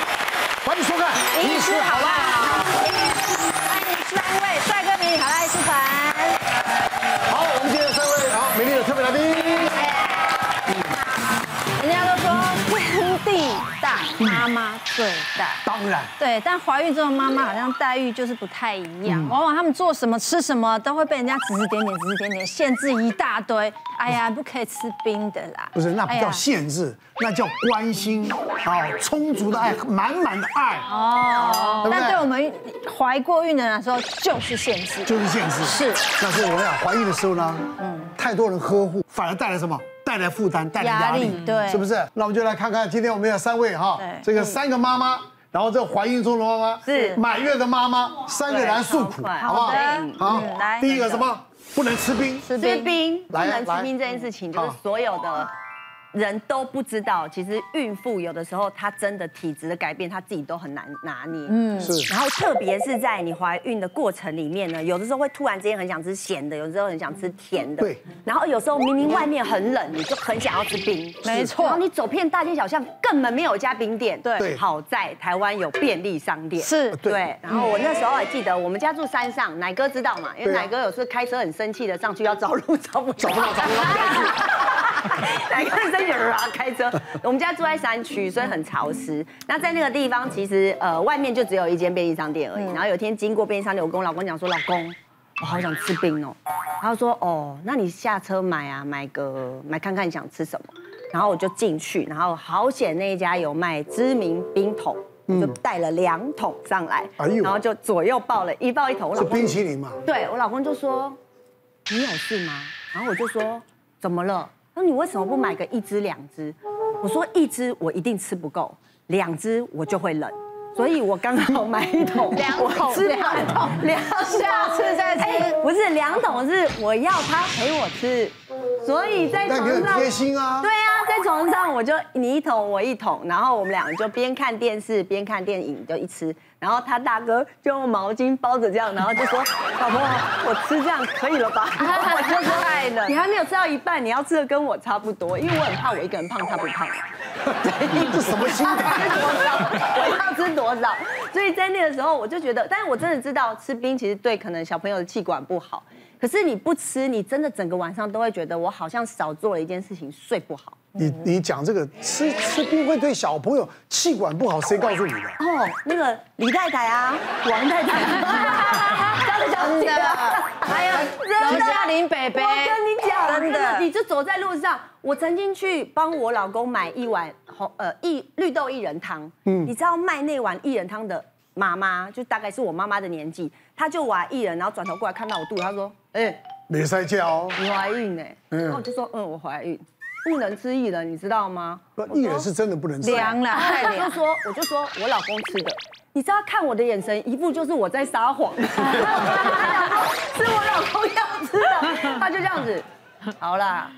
欢迎收看《医师哎啊好不好》，欢迎三位帅哥美女好赖师团。好，我们今天有三位好美丽的特别来宾。人家都说天地大，妈妈最大。当然，对，但怀孕之后，妈妈好像待遇就是不太一样，往往他们做什么、吃什么，都会被人家指指点点、指指点点，限制一大堆。哎呀，不可以吃冰的啦。不是那不哎叫呀限制，那叫关心啊，充足的爱，满满的爱哦对不对但对我们怀过孕的人来说，就是限制。就是限制。是但是我想怀孕的时候呢，嗯，太多人呵护，反而带来什么？带来负担，带来压力压力，对是不是？那我们就来看看，今天我们有三位哈对，这个三个妈妈，然后这怀孕中的妈妈，是满月的妈妈，三个人诉苦，对好不好好的？好嗯来，第一个那个什么？不能吃冰，吃吃冰不来能来啊吃冰这件事情，就好是所有的人都不知道。其实孕妇有的时候她真的体质的改变，她自己都很难拿捏。嗯，是然后特别是在你怀孕的过程里面呢，有的时候会突然之间很想吃咸的，有的时候很想吃甜的。对。然后有时候明明外面很冷，你就很想要吃冰。没错然后你走遍大街小巷，根本没有一家冰店。对对好在台湾有便利商店。是对对，然后我那时候还记得，我们家住山上，奶哥知道嘛，因为对啊奶哥有时候开车很生气的上去要找路， 找不找不到，找不到。 哪个人生有人啊？开车，我们家住在山区，所以很潮湿。那在那个地方，其实呃，外面就只有一间便利商店而已。嗯然后有一天经过便利商店，我跟我老公讲说：“老公，我好想吃冰哦。”他就说：“哦，那你下车买啊，买个买看看你想吃什么。”然后我就进去，然后好险那一家有卖知名冰桶。就带了两桶上来，嗯哎呦然后就左右抱了一抱一桶，我老是公冰淇淋嘛？对我老公就说：“你有事吗？”然后我就说：“怎么了？”他说：“你为什么不买个一只两只？”我说：“一只我一定吃不够，两只我就会冷，所以我刚好买一桶，两桶我吃两桶，两桶下次再吃哎不是两桶是我要他陪我吃，所以在那床你很上贴心啊对啊，在床上我就你一桶我一桶，然后我们两个就边看电视边看电影，就一吃。然后他大哥就用毛巾包着这样，然后就说：“老婆，我吃这样可以了吧？” 然后我就说：“爱了，你还没有吃到一半，你要吃的跟我差不多，因为我很怕我一个人胖，他不胖嘛。”这什么心态？我要吃多少？所以在那个时候，我就觉得，但是我真的知道吃冰其实对可能小朋友的气管不好。可是你不吃，你真的整个晚上都会觉得我好像少做了一件事情，睡不好。你你讲这个吃吃冰会对小朋友气管不好，谁告诉你的？哦，那个李太太啊， 王太太啊，张小姐啊，哎还有楼下林北北我跟你讲，真真的的，你就走在路上，我曾经去帮我老公买一碗红呃薏绿豆薏仁汤，嗯，你知道卖那碗薏仁汤的妈妈，就大概是我妈妈的年纪，她就挖薏仁，然后转头过来看到我肚子，她说，哎、没塞哦教，你怀孕呢、然后我就说，嗯，我怀孕，不能吃薏仁，你知道吗？不艺人是真的不能吃。凉了，太我凉就。说，我就说我老公吃的。你知道看我的眼神，一副就是我在撒谎，是我老公要吃的，他就这样子，好啦，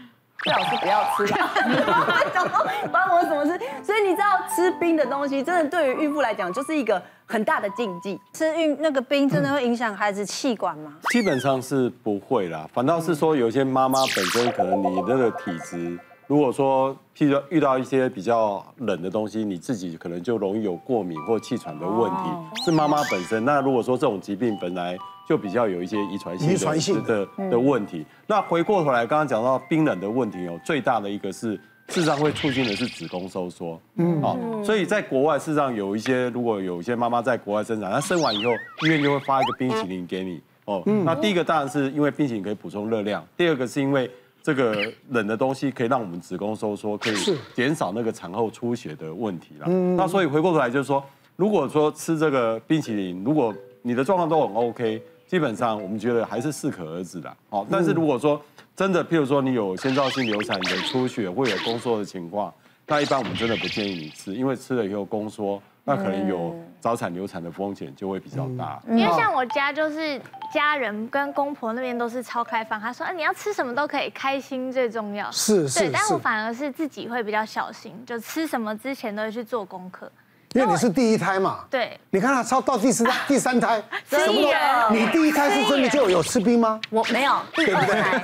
最好是不要吃 啦。想说关我什么事？所以你知道吃冰的东西，真的对于孕妇来讲就是一个很大的禁忌。吃孕那个冰真的会影响孩子气管吗？基本上是不会啦，反倒是说有一些妈妈本身可能你那个体质，如果说譬如说遇到一些比较冷的东西，你自己可能就容易有过敏或气喘的问哦题，是妈妈本身。那如果说这种疾病本来就比较有一些遗传性的遗传性的的的问题，那回过头来刚刚讲到冰冷的问题哦，最大的一个是。事实上会促进的是子宫收缩，嗯，好、所以在国外事实上有一些，如果有一些妈妈在国外生产，她生完以后，医院就会发一个冰淇淋给你，哦，那第一个当然是因为冰淇淋可以补充热量，第二个是因为这个冷的东西可以让我们子宫收缩，可以减少那个产后出血的问题啦。那所以回过头来就是说，如果说吃这个冰淇淋，如果你的状况都很 OK，基本上我们觉得还是适可而止啦。好，但是如果说真的，譬如说你有先兆性流产、有出血会有宫缩的情况，那一般我们真的不建议你吃，因为吃了以后宫缩，那可能有早产流产的风险就会比较大。嗯因哦为像我家就是家人跟公婆那边都是超开放，他说、啊、你要吃什么都可以，开心最重要。是是对，但是我反而是自己会比较小心，就吃什么之前都会去做功课。因为你是第一胎嘛。对，你看他超到第四胎、第三胎，所以都人你第一胎是真的就有吃冰吗？我没有第二胎，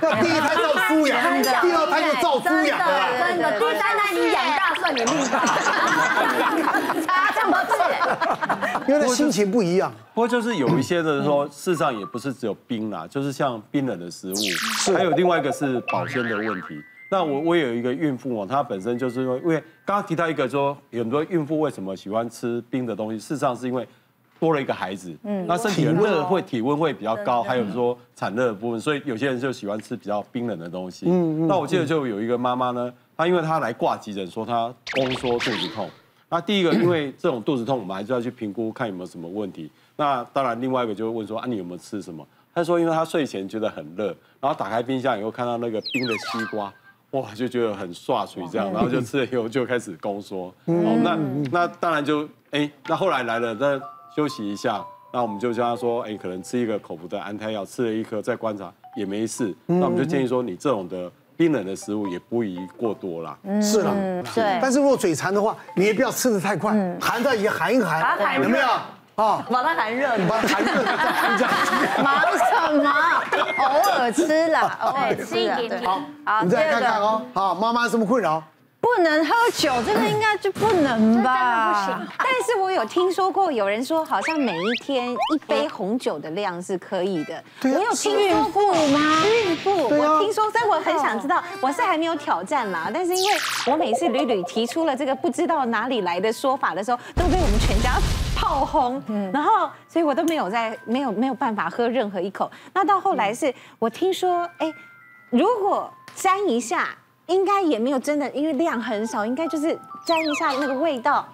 那第一胎照猪养，第二胎就照猪养了。 真的，第三胎你养大算你命大，差这么多因为他心情不一样。不过就是有一些的说，事实上也不是只有冰啦，就是像冰冷的食物，还有另外一个是保鲜的问题。那我我有一个孕妇哦，她本身就是因为因为刚刚提到一个说，很多孕妇为什么喜欢吃冰的东西，事实上是因为多了一个孩子，嗯，那身体的热会体温会比较高，还有说产热的部分，所以有些人就喜欢吃比较冰冷的东西。嗯，那我记得就有一个妈妈呢，她因为她来挂急诊说她宫缩肚子痛。那第一个，因为这种肚子痛，我们还是要去评估看有没有什么问题。那当然，另外一个就会问说啊，你有没有吃什么？他说，因为他睡前觉得很热，然后打开冰箱以后看到那个冰的西瓜，哇，就觉得很刷水这样，然后就吃了以后就开始宫缩。哦，那那当然就哎、那后来来了，那休息一下，那我们就叫他说，哎、可能吃一个口服的安胎药，吃了一颗再观察也没事。那我们就建议说，你这种的冰冷的食物也不宜过多啦。是啦，嗯对但是如果嘴馋的话，你也不要吃的太快，含在也含一把含它含，有没有热？啊，把它含热，把它含热再含下去。忙什么？ 偶尔吃啦，偶哎尔对，吃一啦点对点。我好，们第再来二看看个哦。好，妈妈有什么困扰？不能喝酒，这个应该就不能吧？这真的不但是我有听说过有人说，好像每一天一杯红酒的量是可以的。我对啊有听说过吗？孕妇，对啊我听说，但我很想知道，我是还没有挑战啦。但是因为我每次屡屡提出了这个不知道哪里来的说法的时候，都被我们全家炮轰，嗯然后所以我都没有在没有没有办法喝任何一口。那到后来是我听说，哎，如果沾一下，应该也没有真的，因为量很少，应该就是沾一下那个味道。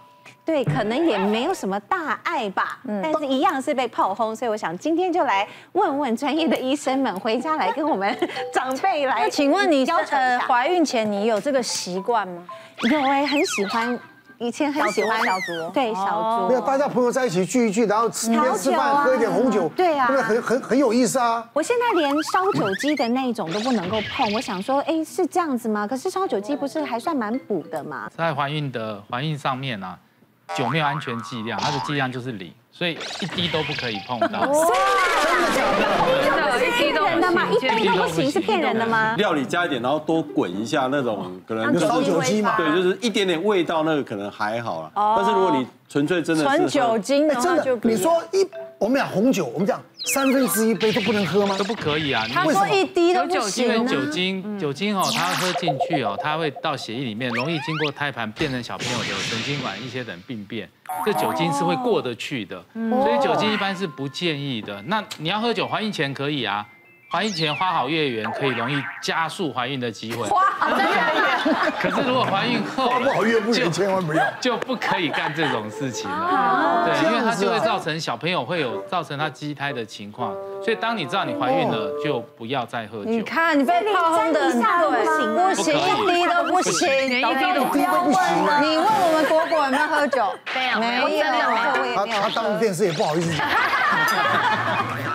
对，可能也没有什么大碍吧，嗯但是一样是被炮轰，所以我想今天就来问问专业的医生们，回家来跟我们长辈来。那请问你要求一呃下？怀孕前你有这个习惯吗？有哎、很喜欢，以前很喜欢小酌哦对小酌，没有，大家朋友在一起聚一聚，然后吃边吃调酒饭啊喝一点红酒，对啊不对？很很很有意思啊。我现在连烧酒鸡的那一种都不能够碰，我想说，哎，是这样子吗？可是烧酒鸡不是还算蛮补的吗？在怀孕的怀孕上面啊，酒没有安全剂量，它的剂量就是零，所以一滴都不可以碰 到。哦骗人的吗？一杯都不行，是骗人的吗？料理加一点，然后多滚一下那哦种，可能有就是烧酒鸡嘛，对，就是一点点味道，那个可能还好啦。但是如果你纯粹真的是哦纯喝酒精哎的真话就的，不一你样说一，我们讲红酒，我们讲三分之一杯都不能喝吗都？不可以啊！你他说一滴都有不酒精，因行为啊。嗯酒精酒精哦，它喝进去哦，它会到血液里面，容易经过胎盘变成小朋友的神经管一些等病变。这酒精是会过得去的，嗯所以酒精一般是不建议哦的。那你要喝酒，怀孕前可以啊，怀孕前花好月圆可以容易加速怀孕的机会。 可是如果怀孕后 花不好月不圆，千万不要。就不可以干这种事情哦了。对，因为它这样子啊就会造成小朋友会有造成他畸胎的情况，所以当你知道你怀孕了，就不要再喝酒你。嗯看你被炮轰的很对，不行，一滴都不行，连一滴都不要问啊你问我们果果有没有喝酒？没有没没有有各位他他当着电视也不好意思讲，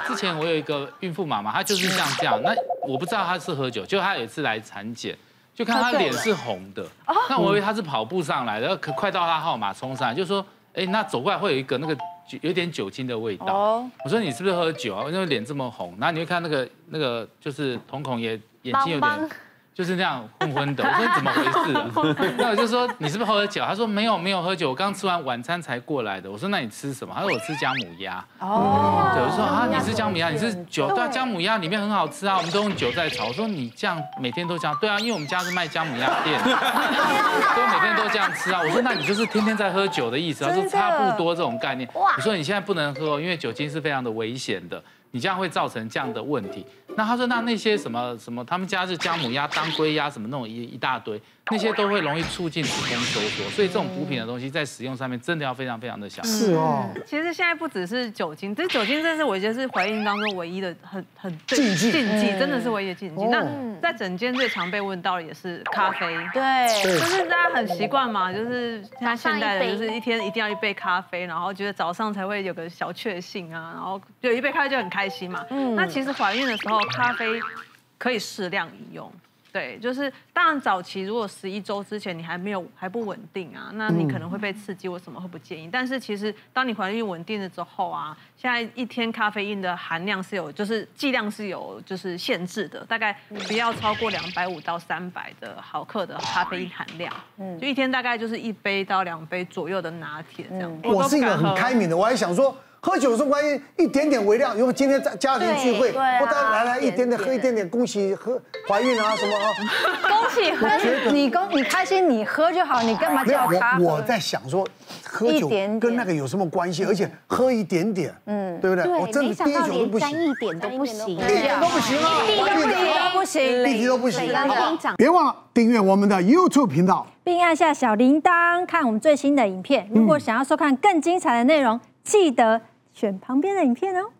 之前我有一个孕妇妈妈，她就是像这嗯样，那我不知道她是喝酒，就她有一次来产检。就看她脸是红的，哦那我以为她是跑步上来的，可快到她号码冲上来，就说，哎，那走过来会有一个那个酒有点酒精的味道，哦，我说你是不是喝酒啊？为什么脸这么红？然后你会看那个那个就是瞳孔也眼睛有帮帮点就是那样昏昏的。我说你怎么回 事、啊？那我就说你是不是喝酒？他说没有没有喝酒，我刚吃完晚餐才过来的。我说那你吃什么？他说我吃姜母鸭。哦，对，我就说啊你吃姜母鸭，你是酒对啊，姜母鸭里面很好吃啊，我们都用酒在炒。我说你这样每天都这样，对啊，因为我们家是卖姜母鸭 店，都每天都这样吃啊。我说那你就是天天在喝酒的意思。他啊说真的差不多这种概念。哇我说你现在不能喝哦，因为酒精是非常的危险的，你这样会造成这样的问题。那他说那那些什么什么，他们家是姜母鸭、当归鸭什么那种一一大堆，那些都会容易促进子宫收缩，所以这种补品的东西在使用上面真的要非常非常的小心。是哦，其实现在不只是酒精，这酒精真是我觉得是怀孕当中唯一的很很禁忌嗯哦禁忌真的是唯一的禁忌。那在整间最常被问到的也是咖啡。对，就是大家很习惯嘛，就是像马上现代一人，杯就是一天一定要一杯咖啡，然后觉得早上才会有个小确幸啊，然后有嗯一杯咖啡就很开心嘛。那其实怀孕的时候，咖啡可以适量饮用，对，就是当然早期如果十一周之前你还没有还不稳定啊，那你可能会被刺激，我什么会不建议。但是其实当你怀孕稳定了之后啊，现在一天咖啡因的含量是有，就是剂量是有就是限制的，大概不要超过两百五到三百的毫克的咖啡因含量，嗯就一天大概就是一杯到两杯左右的拿铁这样。都嗯我不是一个敢喝很开明的，我还想说。喝酒是关系一点点微量，如果今天在家庭聚会，对啊我当然来来一点点，喝一点点，恭喜喝怀孕啊什么啊，恭喜喝但是你公你开心你喝就好，你干嘛没有叫他喝？我我在想说，喝酒一点嗯点跟那个有什么关系？而且喝一点点，嗯，对不对？我对，真没的想滴到酒都连不沾行，一点都不行。一点都不行啊，怀孕的啊不行，一滴都不行，刚好不好刚讲别忘了订阅我们的 YouTube 频道。并按下小铃铛看我们最新的影片。如果想要收看更精彩的内容，记得选旁边的影片哦。